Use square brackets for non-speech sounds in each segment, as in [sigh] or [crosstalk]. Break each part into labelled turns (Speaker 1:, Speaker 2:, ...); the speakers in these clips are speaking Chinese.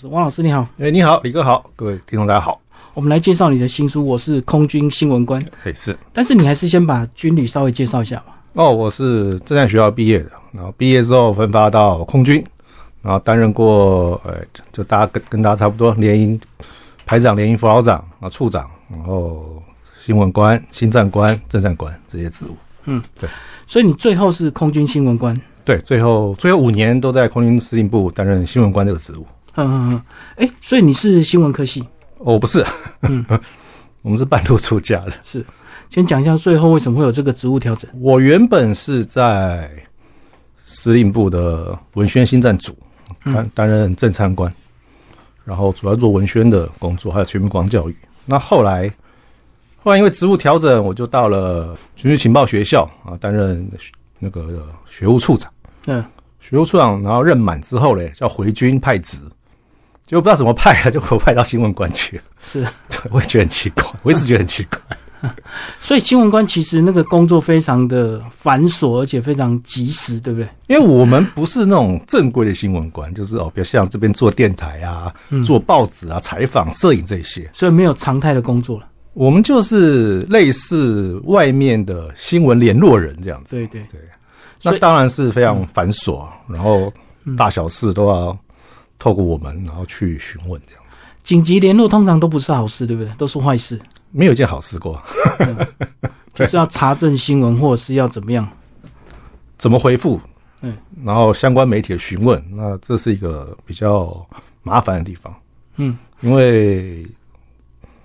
Speaker 1: 师。王老师你好，
Speaker 2: 哎、你好，李哥好，各位听众大家好。
Speaker 1: 我们来介绍你的新书《我是空军新闻官》，
Speaker 2: 哎，是
Speaker 1: 但是你还是先把军旅稍微介绍一下吧。
Speaker 2: 哦，我是正战学校毕业的，然后毕业之后分发到空军，然后担任过，呃，就大家跟跟大家差不多，联营排长、联营副老长啊、处长，然后新闻官、新战官、正战官这些职务。
Speaker 1: 所以你最后是空军新闻官，
Speaker 2: 对，最后最后五年都在空军司令部担任新闻官这个职务。
Speaker 1: 嗯嗯嗯，哎、所以你是新闻科系。
Speaker 2: 哦，不是，
Speaker 1: 嗯
Speaker 2: [laughs] 我们是半路出家的。
Speaker 1: 先讲一下最后为什么会有这个职务调整。
Speaker 2: 我原本是在司令部的文宣新战组担担任正参官，然后主要做文宣的工作，还有全民国防教育。那后来，后来因为职务调整，我就到了军事情报学校啊，担任学那个学务处长。
Speaker 1: 嗯，
Speaker 2: 学务处长，然后任满之后嘞，要回军派职，结果不知道怎么派啊，就给我派到新闻官去了。 [laughs]
Speaker 1: 是，
Speaker 2: 对，我也觉得很奇怪，我一直觉得很奇怪。 [laughs]
Speaker 1: 所以新闻官其实那个工作非常的繁琐，而且非常及时，对不对？
Speaker 2: 因为我们不是那种正规的新闻官，就是哦，比如像这边做电台啊、
Speaker 1: 嗯
Speaker 2: 做报纸啊、采访、摄影这些，
Speaker 1: 所以没有常态的工作了。
Speaker 2: 我们就是类似外面的新闻联络人这样子。
Speaker 1: 对对，所
Speaker 2: 那
Speaker 1: 以嗯
Speaker 2: 当然是非常繁琐，然后大小事都要透过我们，然后去询问这样子。
Speaker 1: 紧急联络通常都不是好事，对不对？都是坏事，
Speaker 2: 没有一件好事过，
Speaker 1: 就是要查证新闻，或者是要怎么样。
Speaker 2: 怎么回复？
Speaker 1: 嗯，
Speaker 2: 然后相关媒体的询问，那这是一个比较麻烦的地方。
Speaker 1: 嗯，
Speaker 2: 因为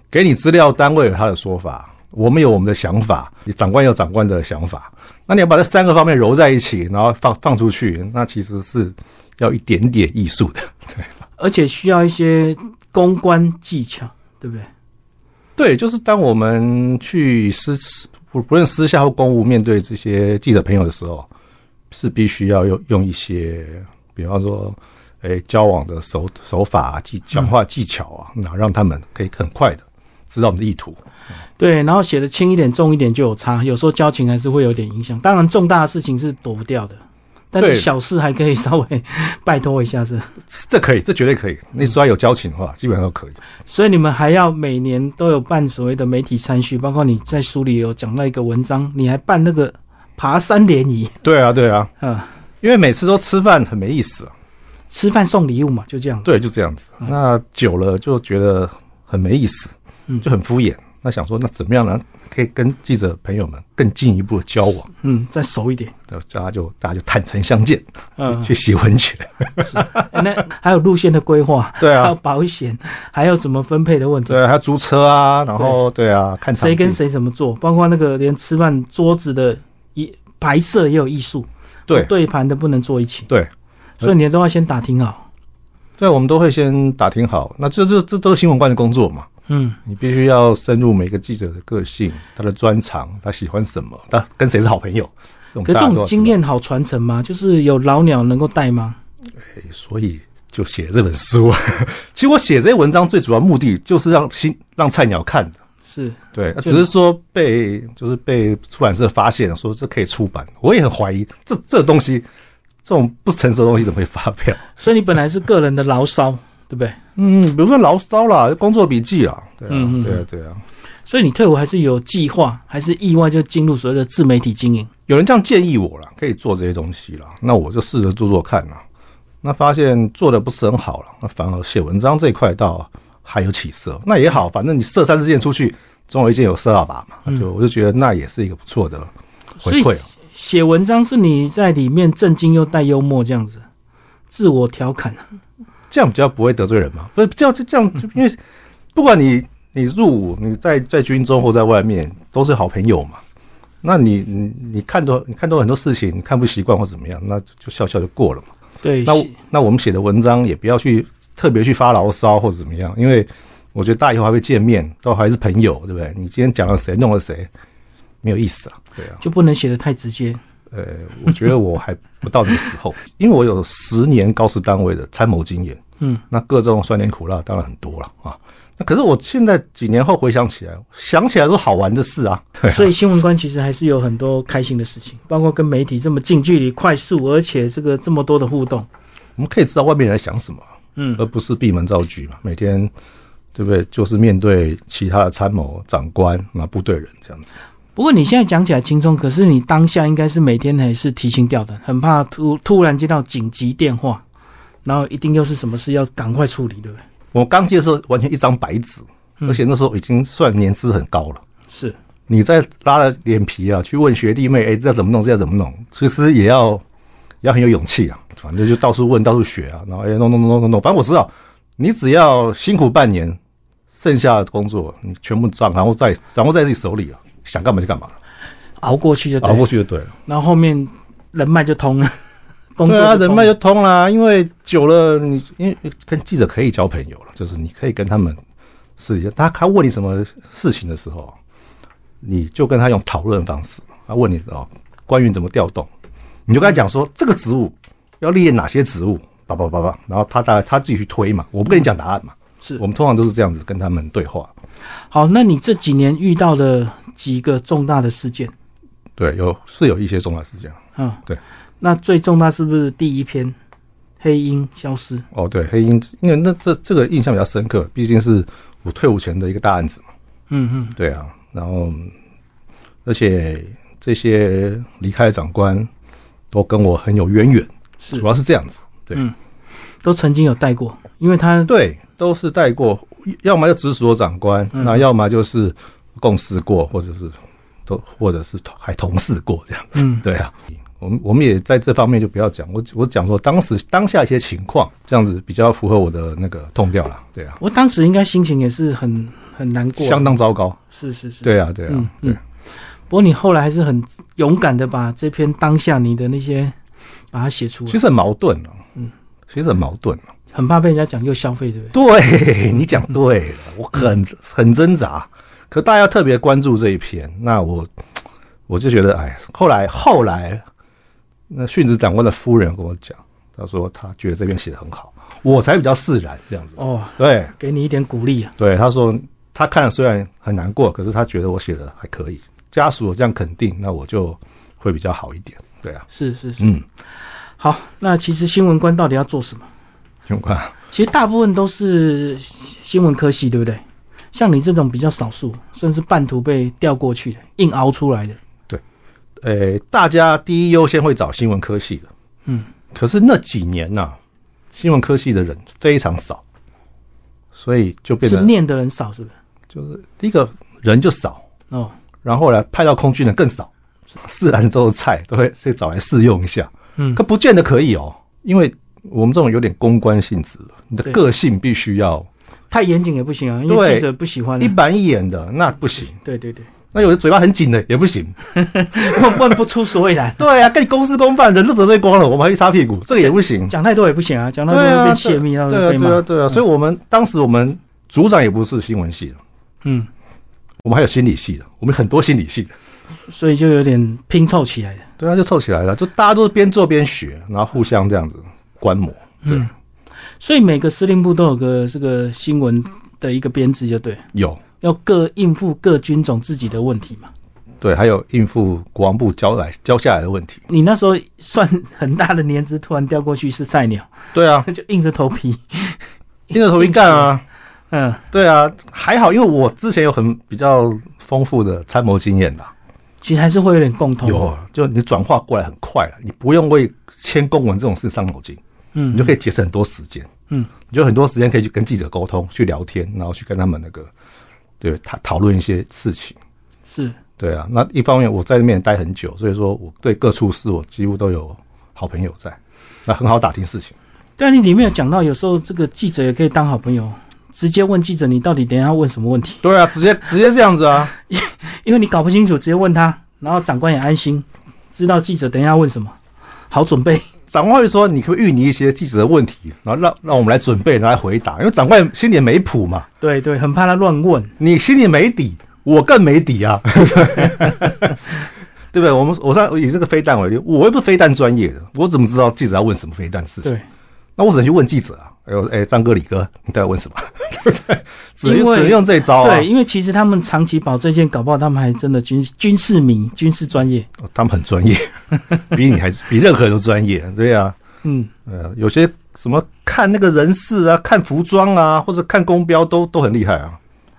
Speaker 2: 给你资料单位有他的说法，我们有我们的想法，你长官有长官的想法，那你要把这三个方面揉在一起，然后放放出去，那其实是要一点点艺术的。对
Speaker 1: 而且需要一些公关技巧，对不对？
Speaker 2: 对，就是当我们去私不不论私下或公务面对这些记者朋友的时候，是必须要用用一些，比方说。哎，交往的手手法、啊、技讲话技巧啊，那、让他们可以很快的知道我们的意图。
Speaker 1: 对，然后写的轻一点、重一点就有差，有时候交情还是会有点影响。当然，重大的事情是躲不掉的，但是
Speaker 2: 对
Speaker 1: 小事还可以稍微 [laughs] 拜托一下是。
Speaker 2: 这可以，这绝对可以。你只要有交情的话，基本上都可以。
Speaker 1: 所以你们还要每年都有办所谓的媒体参叙，包括你在书里有讲到一个文章，你还办那个爬山联谊，
Speaker 2: 对啊，对啊，
Speaker 1: 嗯，
Speaker 2: 因为每次都吃饭很没意思、啊。
Speaker 1: 吃饭送礼物嘛，就这样。
Speaker 2: 对，就这样子。那久了就觉得很没意思
Speaker 1: 嗯，
Speaker 2: 就很敷衍。那想说，那怎么样呢？可以跟记者朋友们更进一步的交往，
Speaker 1: 嗯，再熟一点。 [laughs]
Speaker 2: 然后大家就大家就坦诚相见，
Speaker 1: 嗯，
Speaker 2: [laughs] 去洗温泉。
Speaker 1: 哎那还有路线的规划，
Speaker 2: 对
Speaker 1: 还有
Speaker 2: 啊，
Speaker 1: 保险，还有怎么分配的问题。
Speaker 2: 对啊，还要租车啊，然后对啊，看场
Speaker 1: 谁
Speaker 2: 地
Speaker 1: 跟谁怎么做，包括那个连吃饭桌子的一白色也有艺术，
Speaker 2: 对呃
Speaker 1: 对盘的不能坐一起，
Speaker 2: 对
Speaker 1: 所以你都要先打听好。
Speaker 2: 对，我们都会先打听好。那这这这都是新闻官的工作嘛。
Speaker 1: 嗯，
Speaker 2: 你必须要深入每个记者的个性、他的专长、他喜欢什么、他跟谁是好朋友，这种
Speaker 1: 可是
Speaker 2: 大
Speaker 1: 这
Speaker 2: 家都
Speaker 1: 种
Speaker 2: 要
Speaker 1: 经验好传承吗？就是有老鸟能够带吗？
Speaker 2: 知道，所以就写这本书。 [laughs] 其实我写这些文章最主要目的就是让新让菜鸟看的，
Speaker 1: 是，
Speaker 2: 对，
Speaker 1: 就
Speaker 2: 只是说被就是被出版社发现说这可以出版，我也很怀疑这这东西这种不成熟的东西怎么会发表？
Speaker 1: 所以你本来是个人的牢骚，对不对？
Speaker 2: 嗯，比如说牢骚啦、工作笔记啦，对啊，
Speaker 1: 嗯嗯嗯
Speaker 2: 对啊，对啊。
Speaker 1: 所以你退伍还是有计划，还是意外就进入所谓的自媒体经营？
Speaker 2: 有人这样建议我了，可以做这些东西了，那我就试着做做看啦。那发现做的不是很好了，那反而写文章这一块倒还有起色，那也好，反正你射三支箭出去，总有一箭有射到靶嘛，那就我就觉得那也是一个不错的回
Speaker 1: 嗯所以
Speaker 2: 馈哦、
Speaker 1: 写文章是你在里面震惊又带幽默这样子，自我调侃。啊
Speaker 2: 这样比较不会得罪人嘛。不是，这样这样，因为不管你你入伍，你在在军中或在外面，都是好朋友嘛。那你你你看到你看到很多事情，你看不习惯或怎么样，那就就笑笑就过了嘛。
Speaker 1: 对，
Speaker 2: 那我
Speaker 1: 是
Speaker 2: 那我们写的文章也不要去特别去发牢骚或者怎么样，因为我觉得大家以后还会见面，都还是朋友，对不对？你今天讲了谁，弄了谁，没有意思啊。对啊，
Speaker 1: 就不能写的太直接。
Speaker 2: 呃，我觉得我还不到那个时候，因为我有十年高师单位的参谋经验，
Speaker 1: 嗯，
Speaker 2: 那各种酸甜苦辣当然很多了啊。那可是我现在几年后回想起来，想起来都好玩的事啊。对啊
Speaker 1: 所以新闻官其实还是有很多开心的事情，包括跟媒体这么近距离、快速，而且这个这么多的互动。
Speaker 2: 我们可以知道外面人在想什么，
Speaker 1: 嗯
Speaker 2: 而不是闭门造车嘛，每天对不对？就是面对其他的参谋长官那部队人这样子。
Speaker 1: 不过你现在讲起来轻松，可是你当下应该是每天还是提心吊胆，很怕突突然接到紧急电话，然后一定又是什么事要赶快处理，对不对？
Speaker 2: 我刚接的时候完全一张白纸，
Speaker 1: 嗯
Speaker 2: 而且那时候已经算年资很高了。
Speaker 1: 是，
Speaker 2: 你再拉着脸皮啊去问学弟妹，哎、这要怎么弄？这要怎么弄？其实也要也要很有勇气啊，反正就到处问，到处学啊，然后哎、弄弄弄弄弄弄，反正我知道，你只要辛苦半年，剩下的工作你全部掌握在掌握在自己手里啊，想干嘛就干嘛了，
Speaker 1: 熬过去就对
Speaker 2: 熬
Speaker 1: 了，
Speaker 2: 过去就对了。
Speaker 1: 然后后面人脉就通
Speaker 2: [laughs]
Speaker 1: 了，工作
Speaker 2: 对啊，
Speaker 1: 就
Speaker 2: 人
Speaker 1: 通
Speaker 2: 脉
Speaker 1: 了
Speaker 2: 就通啦。因为久了，你因为跟记者可以交朋友了，就是你可以跟他们私底下，他他问你什么事情的时候，你就跟他用讨论方式，他问你哦，关于怎么调动，你就跟他讲说这个职务要列哪些职务，叭叭叭叭，然后他大概他自己去推嘛，我不跟你讲答案嘛。
Speaker 1: 是
Speaker 2: 我们通常都是这样子跟他们对话。
Speaker 1: 好。那你这几年遇到的几个重大的事件，
Speaker 2: 对，有是有一些重大事件
Speaker 1: 嗯，
Speaker 2: 对。
Speaker 1: 那最重大是不是第一篇黑鹰消失？
Speaker 2: 哦，对，黑鹰，因为那这这个印象比较深刻，毕竟是我退伍前的一个大案子。
Speaker 1: 嗯嗯，
Speaker 2: 对啊，然后嗯而且这些离开的长官都跟我很有渊源，
Speaker 1: 是
Speaker 2: 主，要是这样子。对、
Speaker 1: 嗯都曾经有带过，因为他
Speaker 2: 对，都是带过，要么就直属的长官，
Speaker 1: 嗯
Speaker 2: 那要么就是共事过，或者是都或者是同还同事过这样子。
Speaker 1: 嗯
Speaker 2: 对啊，我们我们也在这方面就不要讲，我我讲说当时当下一些情况，这样子比较符合我的那个痛调啦。对啊，
Speaker 1: 我当时应该心情也是很很难过，啊
Speaker 2: 相当糟糕。
Speaker 1: 是是是，
Speaker 2: 对啊，对啊，
Speaker 1: 嗯
Speaker 2: 对
Speaker 1: 嗯。不过你后来还是很勇敢的把这篇当下你的那些把它写出来
Speaker 2: 其，实很矛盾啊。
Speaker 1: 嗯
Speaker 2: 嗯，其实很矛盾啊。
Speaker 1: 很怕被人家讲又消费，对不对？
Speaker 2: 对你讲对了，我很很挣扎。可大家特别关注这一篇，那我我就觉得，哎，后来后来，那殉职长官的夫人跟我讲，她说她觉得这篇写的很好，我才比较释然这样子。
Speaker 1: 哦，
Speaker 2: 对
Speaker 1: 给你一点鼓励啊，
Speaker 2: 对，她说她看了虽然很难过，可是她觉得我写的还可以，家属有这样肯定，那我就会比较好一点。对啊，
Speaker 1: 是是是。
Speaker 2: 嗯， [laughs]
Speaker 1: 好，那其实新闻官到底要做什么？
Speaker 2: 情况
Speaker 1: 其实大部分都是新闻科系，对不对？像你这种比较少数，算是半途被调过去的，硬熬出来的。
Speaker 2: 呃，大家第一优先会找新闻科系的，
Speaker 1: 嗯，
Speaker 2: 可是那几年呐、新闻科系的人非常少，所以就变
Speaker 1: 是
Speaker 2: 成
Speaker 1: 念的人少，是不是？
Speaker 2: 就是第一个人就少，
Speaker 1: 哦，
Speaker 2: 然后来派到空军的更少，自然都是菜，都会 [laughs] 去找来试用一下，
Speaker 1: 嗯
Speaker 2: 可，不见得可以哦，因为我们这种有点公关性质的，你
Speaker 1: 对
Speaker 2: 的个性必须要
Speaker 1: 太严谨也不行啊，因为
Speaker 2: 对
Speaker 1: 记者不喜欢啊、
Speaker 2: 一板一眼的，那不行，
Speaker 1: 对对 [laughs] 对，
Speaker 2: 那有的嘴巴很紧的也不行，
Speaker 1: 问问不出所以然，
Speaker 2: 对啊，跟你公事公办，人都得罪光了，我们还去擦屁股，这个也不行。
Speaker 1: 讲太多也不行啊，讲太多
Speaker 2: 对啊，
Speaker 1: 会
Speaker 2: 对
Speaker 1: 被泄密，然后
Speaker 2: 对啊，
Speaker 1: 被
Speaker 2: 对啊，
Speaker 1: 骂。
Speaker 2: 对啊。所以我们当时我们组长也不是新闻系的，
Speaker 1: 嗯，
Speaker 2: 我们还有心理系的，我们很多心理系的。
Speaker 1: 所以就有点拼凑起来的。
Speaker 2: 对啊，就凑起来了，就大家都是边做边学，然后互相这样子观摩。对，
Speaker 1: 所以每个司令部都有个这个新闻的一个编制，就对，
Speaker 2: 有
Speaker 1: 要各应付各军种自己的问题嘛。
Speaker 2: 对，还有应付国防部交来交下来的问题。
Speaker 1: 你那时候算很大的年资，突然调过去是菜鸟， [laughs]
Speaker 2: 对啊，
Speaker 1: 就硬着头皮。
Speaker 2: 硬着头皮干啊。
Speaker 1: 嗯，
Speaker 2: 对啊，还好，因为我之前有很比较丰富的参谋经验啦。
Speaker 1: 其实还是会有点共通。
Speaker 2: 有，啊就你转化过来很快了，你不用为签公文这种事伤脑筋。
Speaker 1: 嗯，
Speaker 2: 你就可以节省很多时间。
Speaker 1: 嗯，
Speaker 2: 你就很多时间可以去跟记者沟通、去聊天，然后去跟他们那个对讨讨论一些事情。
Speaker 1: 是
Speaker 2: 对啊，那一方面我在那边待很久，所以说我对各处事我几乎都有好朋友在，那很好打听事情。
Speaker 1: 但你里面有讲到，有时候这个记者也可以当好朋友，直接问记者你到底等一下要问什么问题，
Speaker 2: 对啊，直接直接这样子啊，
Speaker 1: 因为你搞不清楚，直接问他，然后长官也安心，知道记者等一下问什么，好准备。 [laughs]
Speaker 2: 长官会说你可不可以预你一些记者的问题，然后让让我们来准备，然后来回答，因为长官心里没谱嘛，
Speaker 1: 对对，很怕他乱问。
Speaker 2: 你心里没底，我更没
Speaker 1: [laughs]
Speaker 2: 底啊，对不对？我们我上以这个飞弹为例，我又不是飞弹专业的，我怎么知道记者要问什么飞弹事情？
Speaker 1: 对，
Speaker 2: 那我只能去问记者啊。哎呦，哎，张哥、李哥，你到底
Speaker 1: [laughs]
Speaker 2: 问什么？对不对？只能
Speaker 1: 因为
Speaker 2: 只能用这一招啊。
Speaker 1: 对，因为其实他们长期保这件，搞不好他们还真的军军事迷、军事专业。
Speaker 2: 哦他们
Speaker 1: [laughs]
Speaker 2: 很专业，比你还比任何人都专业。对啊，
Speaker 1: 嗯，
Speaker 2: 呃，有些什么看那个人事啊，看服装啊，或者看公标都都很厉害啊。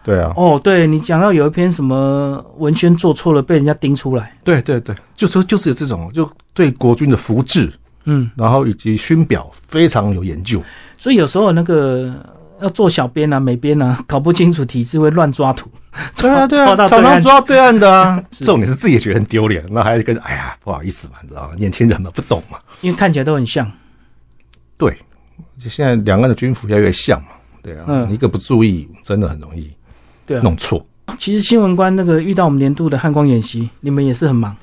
Speaker 2: 对啊，
Speaker 1: 哦，对你讲到有一篇什么文宣做错了，被人家盯出来。
Speaker 2: 对对对，就是就是有这种，就对国军的服制，
Speaker 1: 嗯，
Speaker 2: 然后以及勋表非常有研究。
Speaker 1: 所以有时候那个要做小编啊、美编啊，搞不清楚体制会乱抓图。
Speaker 2: 对啊，对啊
Speaker 1: 抓，到
Speaker 2: 常
Speaker 1: 对
Speaker 2: 常
Speaker 1: 岸
Speaker 2: [laughs] 抓到对岸的啊。 [laughs] 重点是自己也觉得很丢脸，那还跟哎呀不好意思嘛，你知道吗？年轻人嘛，不懂嘛。
Speaker 1: 因为看起来都很像。
Speaker 2: 对，就现在两岸的军服越来越像嘛。对啊，
Speaker 1: 嗯
Speaker 2: 你一个不注意，真的很容易
Speaker 1: 对啊，
Speaker 2: 弄错。
Speaker 1: 其实新闻官那个遇到我们年度的汉光演习，你们也是很忙。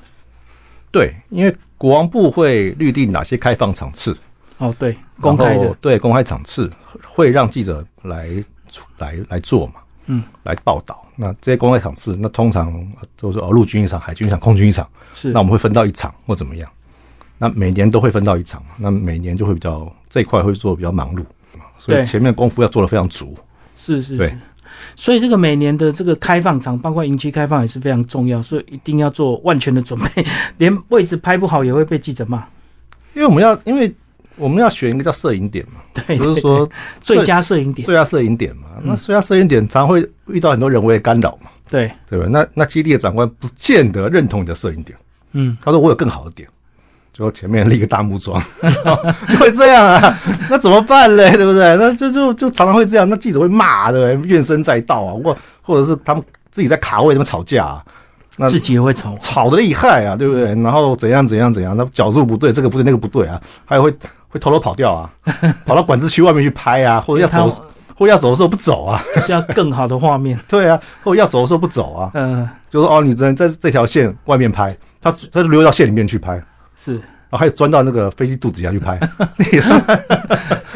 Speaker 2: 对，因为国防部会预定哪些开放场次，
Speaker 1: 哦，对，公开
Speaker 2: 然
Speaker 1: 的
Speaker 2: 后，对，公开场次会让记者来出来来做嘛，
Speaker 1: 嗯，
Speaker 2: 来报道。那这些公开场次，那通常都是哦，陆军一场、海军一场、空军一场，
Speaker 1: 是
Speaker 2: 那我们会分到一场或怎么样。那每年都会分到一场，那每年就会比较这一块会做比较忙碌，所以
Speaker 1: 对
Speaker 2: 前面功夫要做的非常足。
Speaker 1: 是是
Speaker 2: 对
Speaker 1: 是。所以这个每年的这个开放场，包括营区开放也是非常重要，所以一定要做万全的准备， [laughs] 连位置拍不好也会被记者骂。
Speaker 2: 因为我们要，因为我们要选一个叫摄影点嘛，
Speaker 1: 对，嗯对
Speaker 2: 就是
Speaker 1: [laughs]
Speaker 2: 说
Speaker 1: 对最佳摄影点，
Speaker 2: 最佳摄影点嘛。那最佳摄影点常会遇到很多人为干扰嘛，
Speaker 1: 对，
Speaker 2: 对吧？那那基地的长官不见得认同你的摄影点。
Speaker 1: 嗯，
Speaker 2: 他说我有更好的点，结果前面立个大木
Speaker 1: [laughs]
Speaker 2: 桩，就会这样啊，那怎么办嘞？对不对？那就就就常常会这样，那记者会骂，对不对？怨声载道啊，或或者是他们自己在卡位他们吵架、啊，那
Speaker 1: 自己也会吵。
Speaker 2: 吵得厉害啊，对不对？然后怎样怎样怎样，那角度不对，这个不对那个不对啊，还有会会偷偷跑掉啊，跑到管制区外面去拍啊，或者要
Speaker 1: 他
Speaker 2: 走。或者要走的时候不走啊，
Speaker 1: [laughs] 就是要更好的画
Speaker 2: [laughs]
Speaker 1: 面，
Speaker 2: 对啊，或者要走的时候不走啊，
Speaker 1: 嗯、
Speaker 2: 就说哦，你只能在这条线外面拍，他他就溜到线里面去拍，
Speaker 1: 是
Speaker 2: 然后还有钻到那个飞机肚子底下去拍。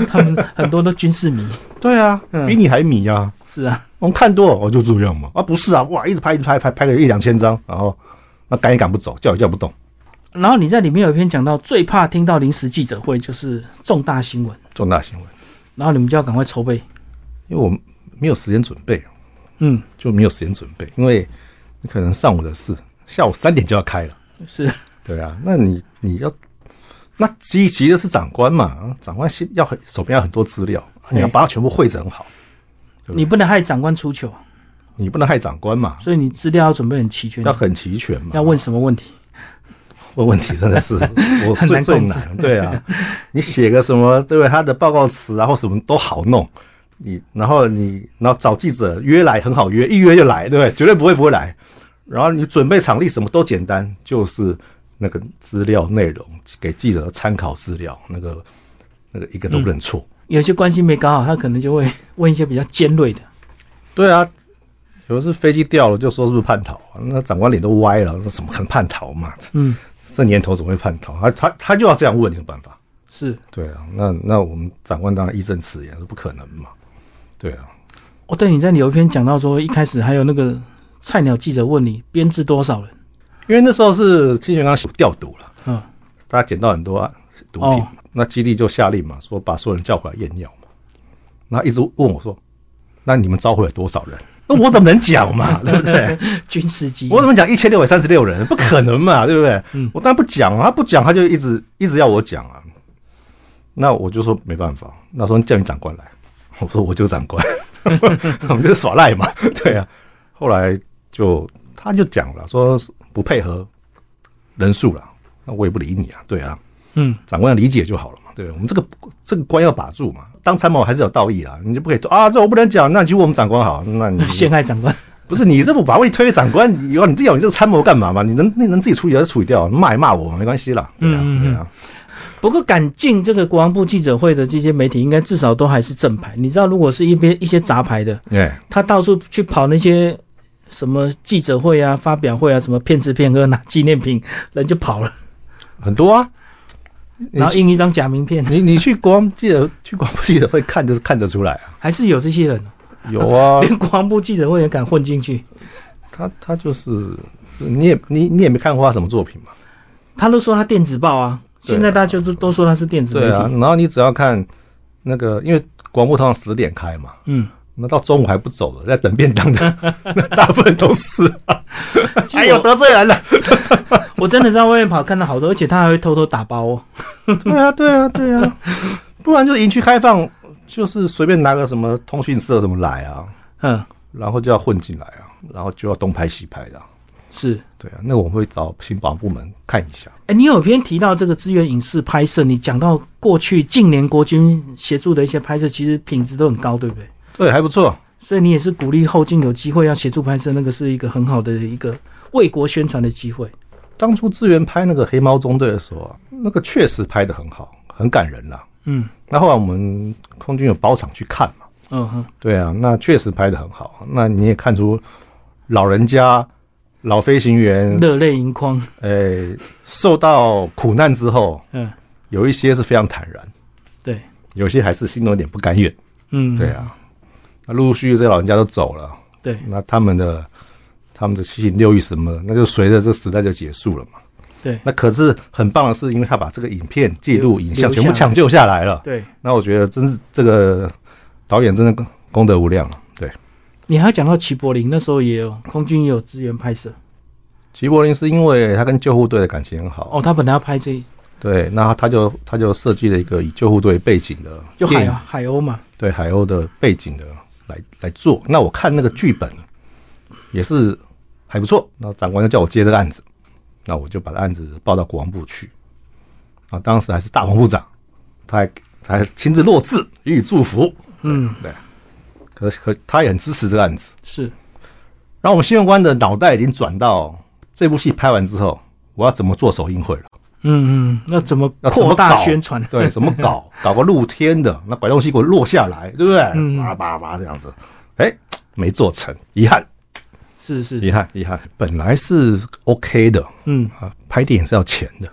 Speaker 1: 他们很多都军事迷，
Speaker 2: [laughs]
Speaker 1: [laughs]
Speaker 2: 对啊，比你还迷啊！
Speaker 1: 是啊，
Speaker 2: 我们看多了，我就这样嘛。啊，不是啊，哇，一直拍，一直拍，拍拍个一两千张，然后那赶也赶不走，叫也叫不动，
Speaker 1: 然后你在里面有一篇讲到，最怕听到临时记者会就是重大新闻，
Speaker 2: 重大新闻，
Speaker 1: 然后你们就要赶快筹备。
Speaker 2: 因为我们没有时间准备，
Speaker 1: 嗯，
Speaker 2: 就没有时间准备，因为你可能上午的事，下午三点就要开了。
Speaker 1: 是
Speaker 2: 对啊，那你你要。那积极的是长官嘛，长官先要很手边要很多资料，你要把它全部汇整好，
Speaker 1: 你不能害长官出糗，
Speaker 2: 你不能害长官嘛，
Speaker 1: 所以你资料要准备很齐全，
Speaker 2: 要很齐全嘛。
Speaker 1: 嗯要问什么问题？
Speaker 2: 问问题真
Speaker 1: [laughs]
Speaker 2: 的是我
Speaker 1: 很
Speaker 2: 最
Speaker 1: 难
Speaker 2: 最
Speaker 1: 控制
Speaker 2: 难，对啊，你写个什么对不对？他的报告词啊或什么都好弄，你然后你然后找记者约来很好约，一约就来，对不对？绝对不会不会来。然后你准备场地什么都简单，就是那个资料内容给记者参考资料，那个那个一个都不能错。
Speaker 1: 有些关系没搞好，他可能就会问一些比较尖锐的。
Speaker 2: 对啊，有的是飞机掉了就说是不是叛逃啊、那长官脸都歪了，那怎么可能叛逃嘛？
Speaker 1: 嗯，
Speaker 2: 这年头怎么会叛逃？他他他就要这样问，你有办法？
Speaker 1: 是
Speaker 2: 对啊，那那我们长官当然义正辞严，是不可能嘛。对啊，
Speaker 1: 哦，对，你在有一篇讲到说，一开始还有那个菜鸟记者问你编制多少人，
Speaker 2: 因为那时候是清泉岗调毒了，
Speaker 1: 嗯，
Speaker 2: 大家捡到很多毒品，
Speaker 1: 哦
Speaker 2: 那基地就下令嘛，说把所有人叫回来验尿嘛。那一直问我说，那你们召回了多少人？那我怎么能讲嘛，对不对？
Speaker 1: [laughs] 军事机
Speaker 2: 我怎么讲一千六百三十六人？不可能嘛，对不对？
Speaker 1: 嗯
Speaker 2: 我当然不讲啊，他不讲他就一直一直要我讲啊。那我就说没办法，那时候叫你长官来， [laughs] 我说我就是长官， [laughs] 我们就是耍赖嘛， [laughs] 对啊。后来就他就讲了，说不配合人数了，那我也不理你啊，对啊，
Speaker 1: 嗯，
Speaker 2: 长官要理解就好了嘛，对我们这个这个官要把住嘛，当参谋还是有道义啦，你就不可以说啊，这我不能讲，那你去问我们长官好，
Speaker 1: [laughs]
Speaker 2: 那你
Speaker 1: 陷害长官，
Speaker 2: 不是你这不把问题推给长官，你要你自己有你这个参谋干嘛嘛？你能你能自己处理就处理掉，骂也骂我没关系啦，对啊
Speaker 1: 嗯嗯嗯
Speaker 2: 对啊，
Speaker 1: 不过敢进这个国防部记者会的这些媒体，应该至少都还是正牌。你知道，如果是一边一些杂牌的，
Speaker 2: 哎，
Speaker 1: 他到处去跑那些什么记者会啊、发表会啊，什么骗吃骗喝拿纪念品，人就跑了，
Speaker 2: 很多啊。你
Speaker 1: 然后印一张假名
Speaker 2: [laughs]
Speaker 1: 片，
Speaker 2: 你你去国光记者去国光记者会看就是看得出来啊，
Speaker 1: 还是有这些人，
Speaker 2: 有啊， [laughs]
Speaker 1: 连国防部记者会也敢混进去。
Speaker 2: 他他就是你也你你也没看过他什么作品嘛，
Speaker 1: 他都说他电子报啊，
Speaker 2: 对啊
Speaker 1: 现在大家都都说他是电子媒
Speaker 2: 对啊，
Speaker 1: 体，
Speaker 2: 然后你只要看那个，因为广播通常十点开嘛，
Speaker 1: 嗯，
Speaker 2: 那到中午还不走的，在等便当的 [laughs] 大部分都是啊， [laughs] 哎呦得罪人了，
Speaker 1: 我真的在外面跑看到好多，而且他还会偷偷打包哦。
Speaker 2: 对啊对啊对啊，不然就是营区开放，就是随便拿个什么通讯社什么来啊，
Speaker 1: 嗯，
Speaker 2: 然后就要混进来啊，然后就要东拍西拍的啊、
Speaker 1: 是。
Speaker 2: 对啊，那我们会找新保部门看一下。
Speaker 1: 哎、你有篇提到这个资源影视拍摄，你讲到过去近年国军协助的一些拍摄，其实品质都很高，对不对？
Speaker 2: 对，还不错。
Speaker 1: 所以你也是鼓励后进有机会要协助拍摄，那个是一个很好的一个为国宣传的机会。
Speaker 2: 当初支援拍那个《黑猫中队》的时候啊，那个确实拍的很好，很感人啦、
Speaker 1: 嗯
Speaker 2: 那后来我们空军有包场去看嘛，
Speaker 1: 嗯哼，
Speaker 2: 对啊，那确实拍的很好。那你也看出老人家、老飞行员，
Speaker 1: 热泪盈眶。
Speaker 2: 呃，受到苦难之后，
Speaker 1: 嗯，
Speaker 2: 有一些是非常坦然，
Speaker 1: 对，
Speaker 2: 有些还是心有点不甘愿。
Speaker 1: 嗯，
Speaker 2: 对，啊，那陆陆续续这些老人家都走了，
Speaker 1: 对，
Speaker 2: 那他们的他们的七情六欲什么的，那就随着这个时代就结束了嘛。
Speaker 1: 对
Speaker 2: 那可是很棒的是，因为他把这个影片、记录、影像
Speaker 1: 留下
Speaker 2: 全部抢救下来了。
Speaker 1: 对。
Speaker 2: 那我觉得真是这个导演真的功功德无量了。对，
Speaker 1: 你还要讲到齐柏林，那时候也有空军也有支援拍摄。
Speaker 2: 齐柏林是因为他跟救护队的感情很好，
Speaker 1: 哦，他本来要拍这
Speaker 2: 对，那他就他就设计了一个以救护队背景的
Speaker 1: 就
Speaker 2: 电
Speaker 1: 海
Speaker 2: 影，
Speaker 1: 海鸥嘛。
Speaker 2: 对海鸥的背景的来来做。那我看那个剧本也是还不错，那长官就叫我接这个案子，那我就把案子报到国防部去。啊，当时还是大黄部长，他还他还亲自落字予以祝福，
Speaker 1: 嗯，
Speaker 2: 可可他也很支持这个案子。
Speaker 1: 是
Speaker 2: 然后我们新闻官的脑袋已经转到这部戏拍完之后，我要怎么做首映会了。
Speaker 1: 嗯嗯，那怎么
Speaker 2: 那怎么
Speaker 1: 扩大
Speaker 2: 搞
Speaker 1: 宣传？
Speaker 2: 对，怎么
Speaker 1: [laughs]
Speaker 2: 搞？搞个露天的，那拐东西给我落下来，对不
Speaker 1: 嗯
Speaker 2: 对？叭叭叭这样子，哎，没做成，遗憾，
Speaker 1: 是是，
Speaker 2: 遗憾，遗憾。本来是 OK 的
Speaker 1: 嗯，
Speaker 2: 啊，拍电影是要钱的，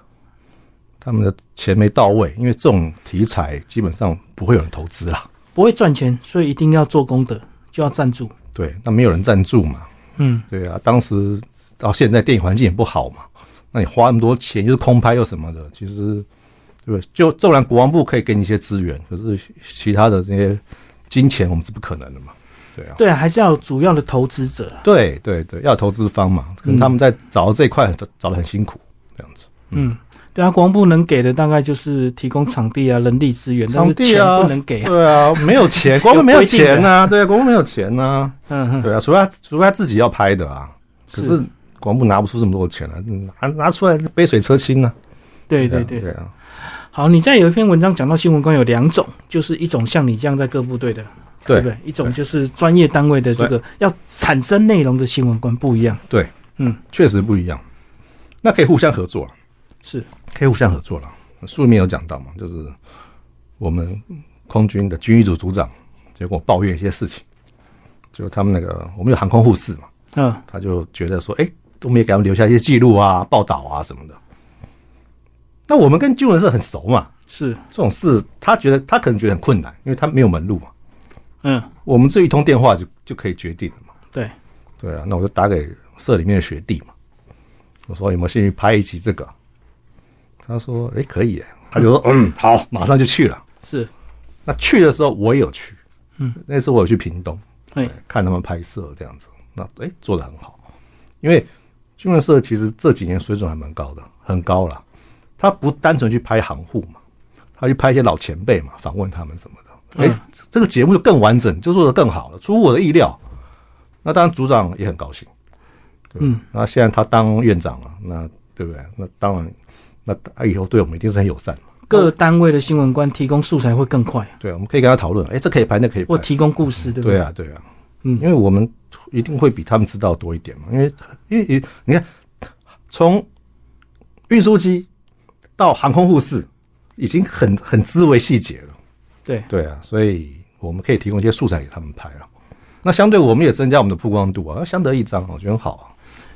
Speaker 2: 他们的钱没到位，因为这种题材基本上不会有人投资啦。
Speaker 1: 不会赚钱，所以一定要做功德，就要赞助。
Speaker 2: 对，那没有人赞助嘛，
Speaker 1: 嗯，
Speaker 2: 对啊，当时到现在电影环境也不好嘛，那你花那么多钱又是空拍又什么的，其实对不对？就纵然国防部可以给你一些资源，可是其他的这些金钱我们是不可能的嘛，对啊，
Speaker 1: 对啊，还是要有主要的投资者啊。
Speaker 2: 对对对，要有投资方嘛，可能他们在找到这一块很找的很辛苦，这样子。
Speaker 1: 嗯，对啊，国防部能给的大概就是提供场地啊、人力资源，但
Speaker 2: 场
Speaker 1: 是
Speaker 2: 地
Speaker 1: 钱
Speaker 2: 啊，
Speaker 1: 不能给啊。
Speaker 2: 对啊，没有
Speaker 1: [laughs]
Speaker 2: 钱，国防部没有钱呐、对啊，国防部没有钱呐、
Speaker 1: 嗯哼，
Speaker 2: 对啊，除非他除非他自己要拍的啊，可
Speaker 1: 是
Speaker 2: 是国防部拿不出这么多钱来、啊拿拿出来杯水车薪呢、
Speaker 1: 对对
Speaker 2: 啊
Speaker 1: 对。
Speaker 2: 对啊。
Speaker 1: 好，你在有一篇文章讲到新闻官有两种，就是一种像你这样在各部队的，
Speaker 2: 对
Speaker 1: 不对？一种就是专业单位的这个要产生内容的新闻官不一样。
Speaker 2: 对，
Speaker 1: 嗯，
Speaker 2: 确实不一样。那可以互相合作了，
Speaker 1: 是
Speaker 2: 可以互相合作了。书里面有讲到嘛，就是我们空军的军医组组长，结果抱怨一些事情，就是他们那个我们有航空护士嘛，
Speaker 1: 嗯，
Speaker 2: 他就觉得说，哎、我们也给他们留下一些记录啊、报道啊什么的。那我们跟军人是很熟嘛，
Speaker 1: 是
Speaker 2: 这种事他觉得他可能觉得很困难，因为他没有门路嘛。
Speaker 1: 嗯，
Speaker 2: 我们这一通电话就就可以决定了嘛。
Speaker 1: 对，
Speaker 2: 对啊，那我就打给社里面的学弟嘛，我说有没有兴趣拍一集这个？他说：“诶，可以耶。”他就说：“嗯，好，马上就去了。
Speaker 1: 是，”
Speaker 2: 那去的时候我也有去，
Speaker 1: 嗯，
Speaker 2: 那次我有去屏东
Speaker 1: 哎，
Speaker 2: 看他们拍摄这样子，那诶，做的很好，因为军人社其实这几年水准还蛮高的，很高了。他不单纯去拍航护嘛，他去拍一些老前辈嘛，访问他们什么的。诶，
Speaker 1: 嗯
Speaker 2: 这个节目就更完整，就做的更好了，出乎我的意料。那当然组长也很高兴，对吧
Speaker 1: 嗯，
Speaker 2: 那现在他当院长了，那对不对？那当然，那他以后对我们一定是很友善嘛。
Speaker 1: 各单位的新闻官提供素材会更快，
Speaker 2: 对，我们可以跟他讨论，诶，这可以拍，那可以拍
Speaker 1: 或。提供故事，对不
Speaker 2: 对
Speaker 1: 对？
Speaker 2: 啊，对啊，
Speaker 1: 嗯
Speaker 2: 因为我们一定会比他们知道多一点嘛，因为因为因为你看，从运输机到航空护士，已经很很知为细节了。
Speaker 1: 对
Speaker 2: 对啊，所以我们可以提供一些素材给他们拍了。那相对我们也增加我们的曝光度啊，那相得益彰，我觉得很好啊。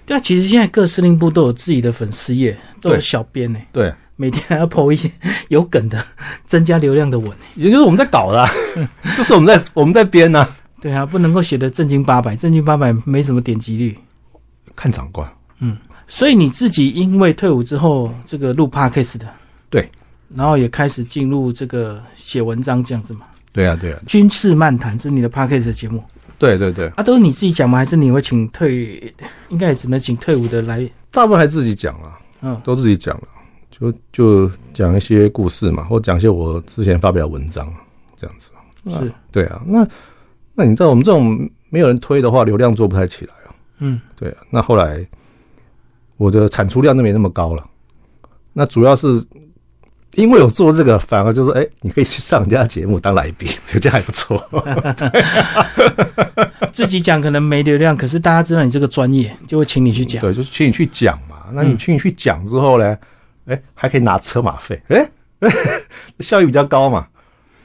Speaker 1: 对啊，其实现在各司令部都有自己的粉丝页，都有
Speaker 2: 对
Speaker 1: 小编呢，
Speaker 2: 对，啊
Speaker 1: 每天还要 po 一些有梗的、增加流量的文欸。
Speaker 2: 也就是我们在搞的、啊， [laughs] 就是我们在我们在编呢、
Speaker 1: 对啊，不能够写的正经八百，正经八百没什么点击率。
Speaker 2: 看长官，
Speaker 1: 所以你自己因为退伍之后，这个录 podcast 的，
Speaker 2: 对，
Speaker 1: 然后也开始进入这个写文章这样子嘛。
Speaker 2: 对啊，对啊，
Speaker 1: 军事漫谈是你的 podcast 的节目
Speaker 2: 对对对，
Speaker 1: 啊，都是你自己讲吗？还是你会请退？应该也只能请退伍的来，
Speaker 2: 大部分还自己讲了、啊
Speaker 1: 嗯
Speaker 2: 都自己讲了。啊就就讲一些故事嘛，或讲一些我之前发表的文章这样子。
Speaker 1: 是，
Speaker 2: 对啊，那那你知道我们这种没有人推的话，流量做不太起来啊。
Speaker 1: 嗯，
Speaker 2: 对啊，那后来我的产出量就没那么高了。那主要是因为有做这个，反而就是哎、你可以去上人家的节目当来宾，就这样还不错。
Speaker 1: 自己讲可能没流量，可是大家知道你这个专业，就会请你去讲。
Speaker 2: 对，就是请你去讲嘛。那你
Speaker 1: 嗯
Speaker 2: 请你去讲之后呢，哎、还可以拿车马费，哎、 [laughs] 效益比较高嘛。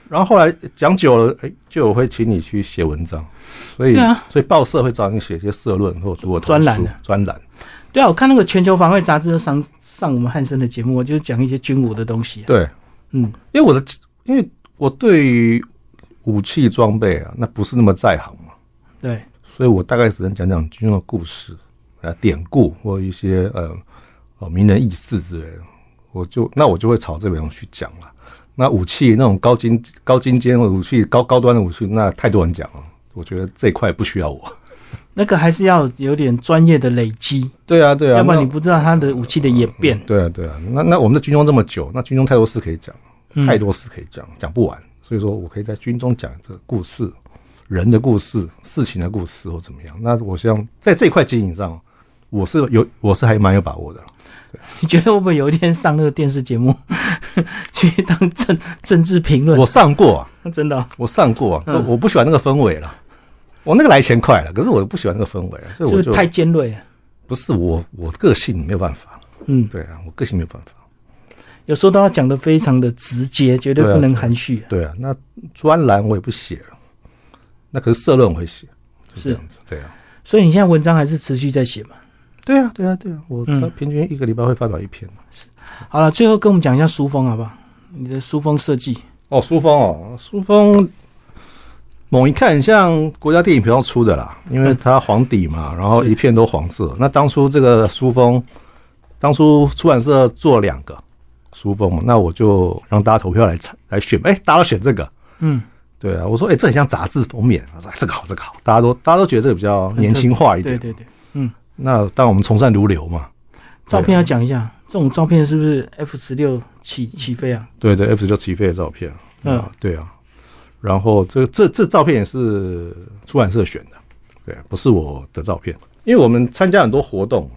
Speaker 2: 然后后来讲久了，哎、就我会请你去写文章，所以、
Speaker 1: 对啊
Speaker 2: 所以报社会找你写一些社论或者如果
Speaker 1: 专栏
Speaker 2: 投
Speaker 1: 的
Speaker 2: 书专栏，
Speaker 1: 对啊，我看那个全球防卫杂志就上上我们汉森的节目，我就是讲一些军武的东西、啊。
Speaker 2: 对，
Speaker 1: 嗯，
Speaker 2: 因为我的因为我对于武器装备啊，那不是那么在行嘛，
Speaker 1: 对，
Speaker 2: 所以我大概只能讲讲军用的故事啊、典故或一些呃哦名人轶事之类的，我就那我就会朝这边去讲了。那武器那种高精高精尖的武器、高高端的武器，那太多人讲了，我觉得这一块不需要我。
Speaker 1: 那个还是要有点专业的累积，
Speaker 2: 对啊，对啊，
Speaker 1: 要不然
Speaker 2: 那
Speaker 1: 你不知道它的武器的演变。
Speaker 2: 对啊，对啊，那那我们在军中这么久，那军中太多事可以讲，
Speaker 1: 嗯
Speaker 2: 太多事可以讲，讲不完。所以说我可以在军中讲这个故事、人的故事、事情的故事或怎么样。那我想在这一块经营上，我是有我是还蛮有把握的。
Speaker 1: 你觉得会不会有一天上那个电视节目， [laughs] 去当政政治评论
Speaker 2: 我？上过啊，
Speaker 1: 真的哦、
Speaker 2: 我上过啊，
Speaker 1: 嗯
Speaker 2: 我我不喜欢那个氛围了。我那个来钱快了，可是我不喜欢那个氛围了，啊所以
Speaker 1: 是
Speaker 2: 我
Speaker 1: 不是
Speaker 2: 就
Speaker 1: 太尖锐了？
Speaker 2: 不是我我个性没有办法。
Speaker 1: 嗯，
Speaker 2: 对啊，我个性没有办法。
Speaker 1: 有时候都要讲的非常的直接，绝对
Speaker 2: 对啊
Speaker 1: 不能含蓄、
Speaker 2: 对啊，那专栏我也不写了，那可是社论我会写，就是这样子。对啊。
Speaker 1: 所以你现在文章还是持续在写嘛？
Speaker 2: 对啊，对啊，对啊，我
Speaker 1: 嗯
Speaker 2: 他平均一个礼拜会发表一篇。
Speaker 1: 好了，最后跟我们讲一下书风好不好？你的书风设计，
Speaker 2: 哦，书风哦，书风，猛一看很像国家电影频道出的啦，因为它黄底嘛，然后
Speaker 1: 是
Speaker 2: 一片都黄色。那当初这个书风，当初出版社做两个书风嘛，那我就让大家投票来猜来选，哎，大家都选这个。
Speaker 1: 嗯，
Speaker 2: 对啊，我说，哎，这很像杂志封面。他说，哎这个好，这个好，大家都大家都觉得这个比较年轻化一
Speaker 1: 对
Speaker 2: 点。
Speaker 1: 对对，
Speaker 2: 那当然我们从善如流嘛，啊
Speaker 1: 照片要讲一下，这种照片是不是 F 十六起
Speaker 2: 嗯
Speaker 1: 起飞啊？
Speaker 2: 对对，F 十六起飞的照片。
Speaker 1: 嗯
Speaker 2: 啊，对啊。然后这这这照片也是出版社选的，对，啊不是我的照片，因为我们参加很多活动，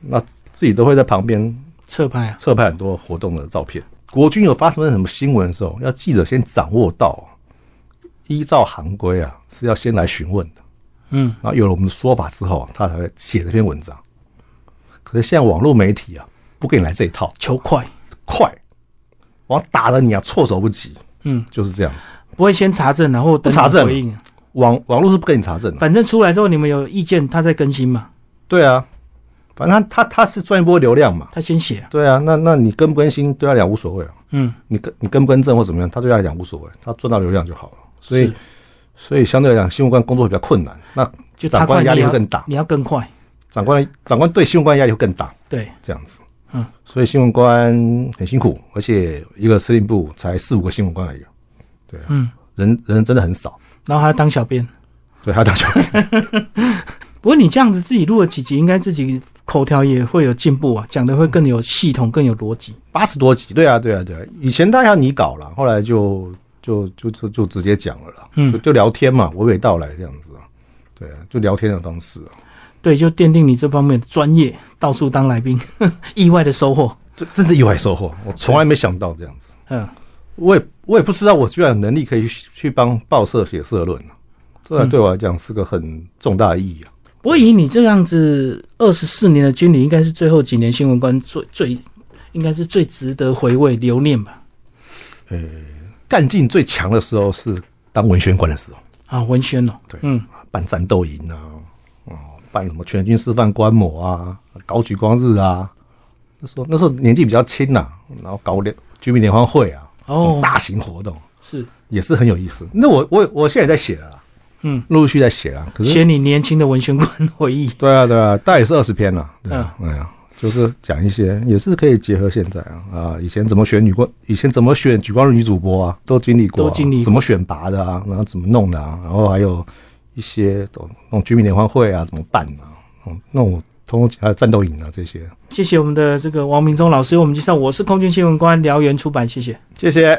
Speaker 2: 那自己都会在旁边
Speaker 1: 侧拍啊？
Speaker 2: 侧拍很多活动的照片。国军有发生什么新闻的时候，要记者先掌握到，依照行规啊是要先来询问的，
Speaker 1: 嗯，
Speaker 2: 然后有了我们的说法之后啊，他才会写这篇文章。可是现在网络媒体啊，不给你来这一套，
Speaker 1: 求快，
Speaker 2: 快，网打了你啊，措手不及。
Speaker 1: 嗯，
Speaker 2: 就是这样子。
Speaker 1: 不会先查证，然后等
Speaker 2: 不查证
Speaker 1: 回应啊。
Speaker 2: 网网络是不跟你查证的，
Speaker 1: 反正出来之后你们有意见，他再更新嘛，
Speaker 2: 对啊，反正他他他是赚一波流量嘛，
Speaker 1: 他先写啊、
Speaker 2: 对啊，那那你更不更新对他来讲无所谓啊，
Speaker 1: 嗯，
Speaker 2: 你跟你更不更正或怎么样，他对他来讲无所谓，他赚到流量就好了。所以
Speaker 1: 是
Speaker 2: 所以相对来讲，新闻官工作会比较困难，那
Speaker 1: 就他
Speaker 2: 长
Speaker 1: 快
Speaker 2: 官压力
Speaker 1: 你
Speaker 2: 会
Speaker 1: 要
Speaker 2: 更大，
Speaker 1: 你要更快，
Speaker 2: 长官长官对新闻官压力会更大，
Speaker 1: 对，
Speaker 2: 这样子。
Speaker 1: 嗯，
Speaker 2: 所以新闻官很辛苦，而且一个司令部才四五个新闻官而已，对啊，
Speaker 1: 嗯，
Speaker 2: 人人真的很少，
Speaker 1: 然后还要当小编。
Speaker 2: 对他当球
Speaker 1: 不过你这样子自己录了几集，应该自己口条也会有进步啊，讲的会更有系统，更有逻辑。
Speaker 2: 八十多集，对啊，对啊，对啊，以前大家要你搞了，后来就就就就就直接讲了啦，
Speaker 1: 嗯
Speaker 2: 就就聊天嘛，娓娓道来这样子啊，对啊，就聊天的方式、啊，
Speaker 1: 对，就奠定你这方面的专业，到处当来宾， [laughs] 意外的收获。
Speaker 2: 这真是意外收获，我从来没想到这样子，
Speaker 1: 嗯，
Speaker 2: 我也我也不知道我居然有能力可以去去帮报社写社论、啊、这对我来讲是个很重大的意义啊，
Speaker 1: 不过以你这样子二十四年的经历，应该是最后几年新闻官最最，应该是最值得回味留念吧？
Speaker 2: 干劲最强的时候是当文宣官的时候，
Speaker 1: 啊，文轩哦，
Speaker 2: 对
Speaker 1: 嗯，
Speaker 2: 办战斗营啊，哦，办什么全军示范观摩啊，搞举光日啊。那时候那时候年纪比较轻呐、啊然后搞联居民联欢会啊，这
Speaker 1: 哦
Speaker 2: 种大型活动
Speaker 1: 是，
Speaker 2: 也是很有意思。那我我我现在也在写了啦，
Speaker 1: 嗯，
Speaker 2: 陆续在写了。可是
Speaker 1: 写你年轻的文宣官回忆。
Speaker 2: 对啊对啊，大概也是二十篇了，
Speaker 1: 嗯
Speaker 2: 对啊，哎呀、就是讲一些也是可以结合现在啊啊，以前怎么选女光，以前怎么选举光日女主播啊，都经历过啊、
Speaker 1: 都经历过
Speaker 2: 怎么选拔的啊，然后怎么弄的啊，然后还有一些懂那种居民联欢会啊，怎么办啊，嗯那种通通还有战斗营啊这些。
Speaker 1: 谢谢我们的这个王明忠老师，为我们介绍我是空军新闻官辽源出版，谢谢。
Speaker 2: 谢谢。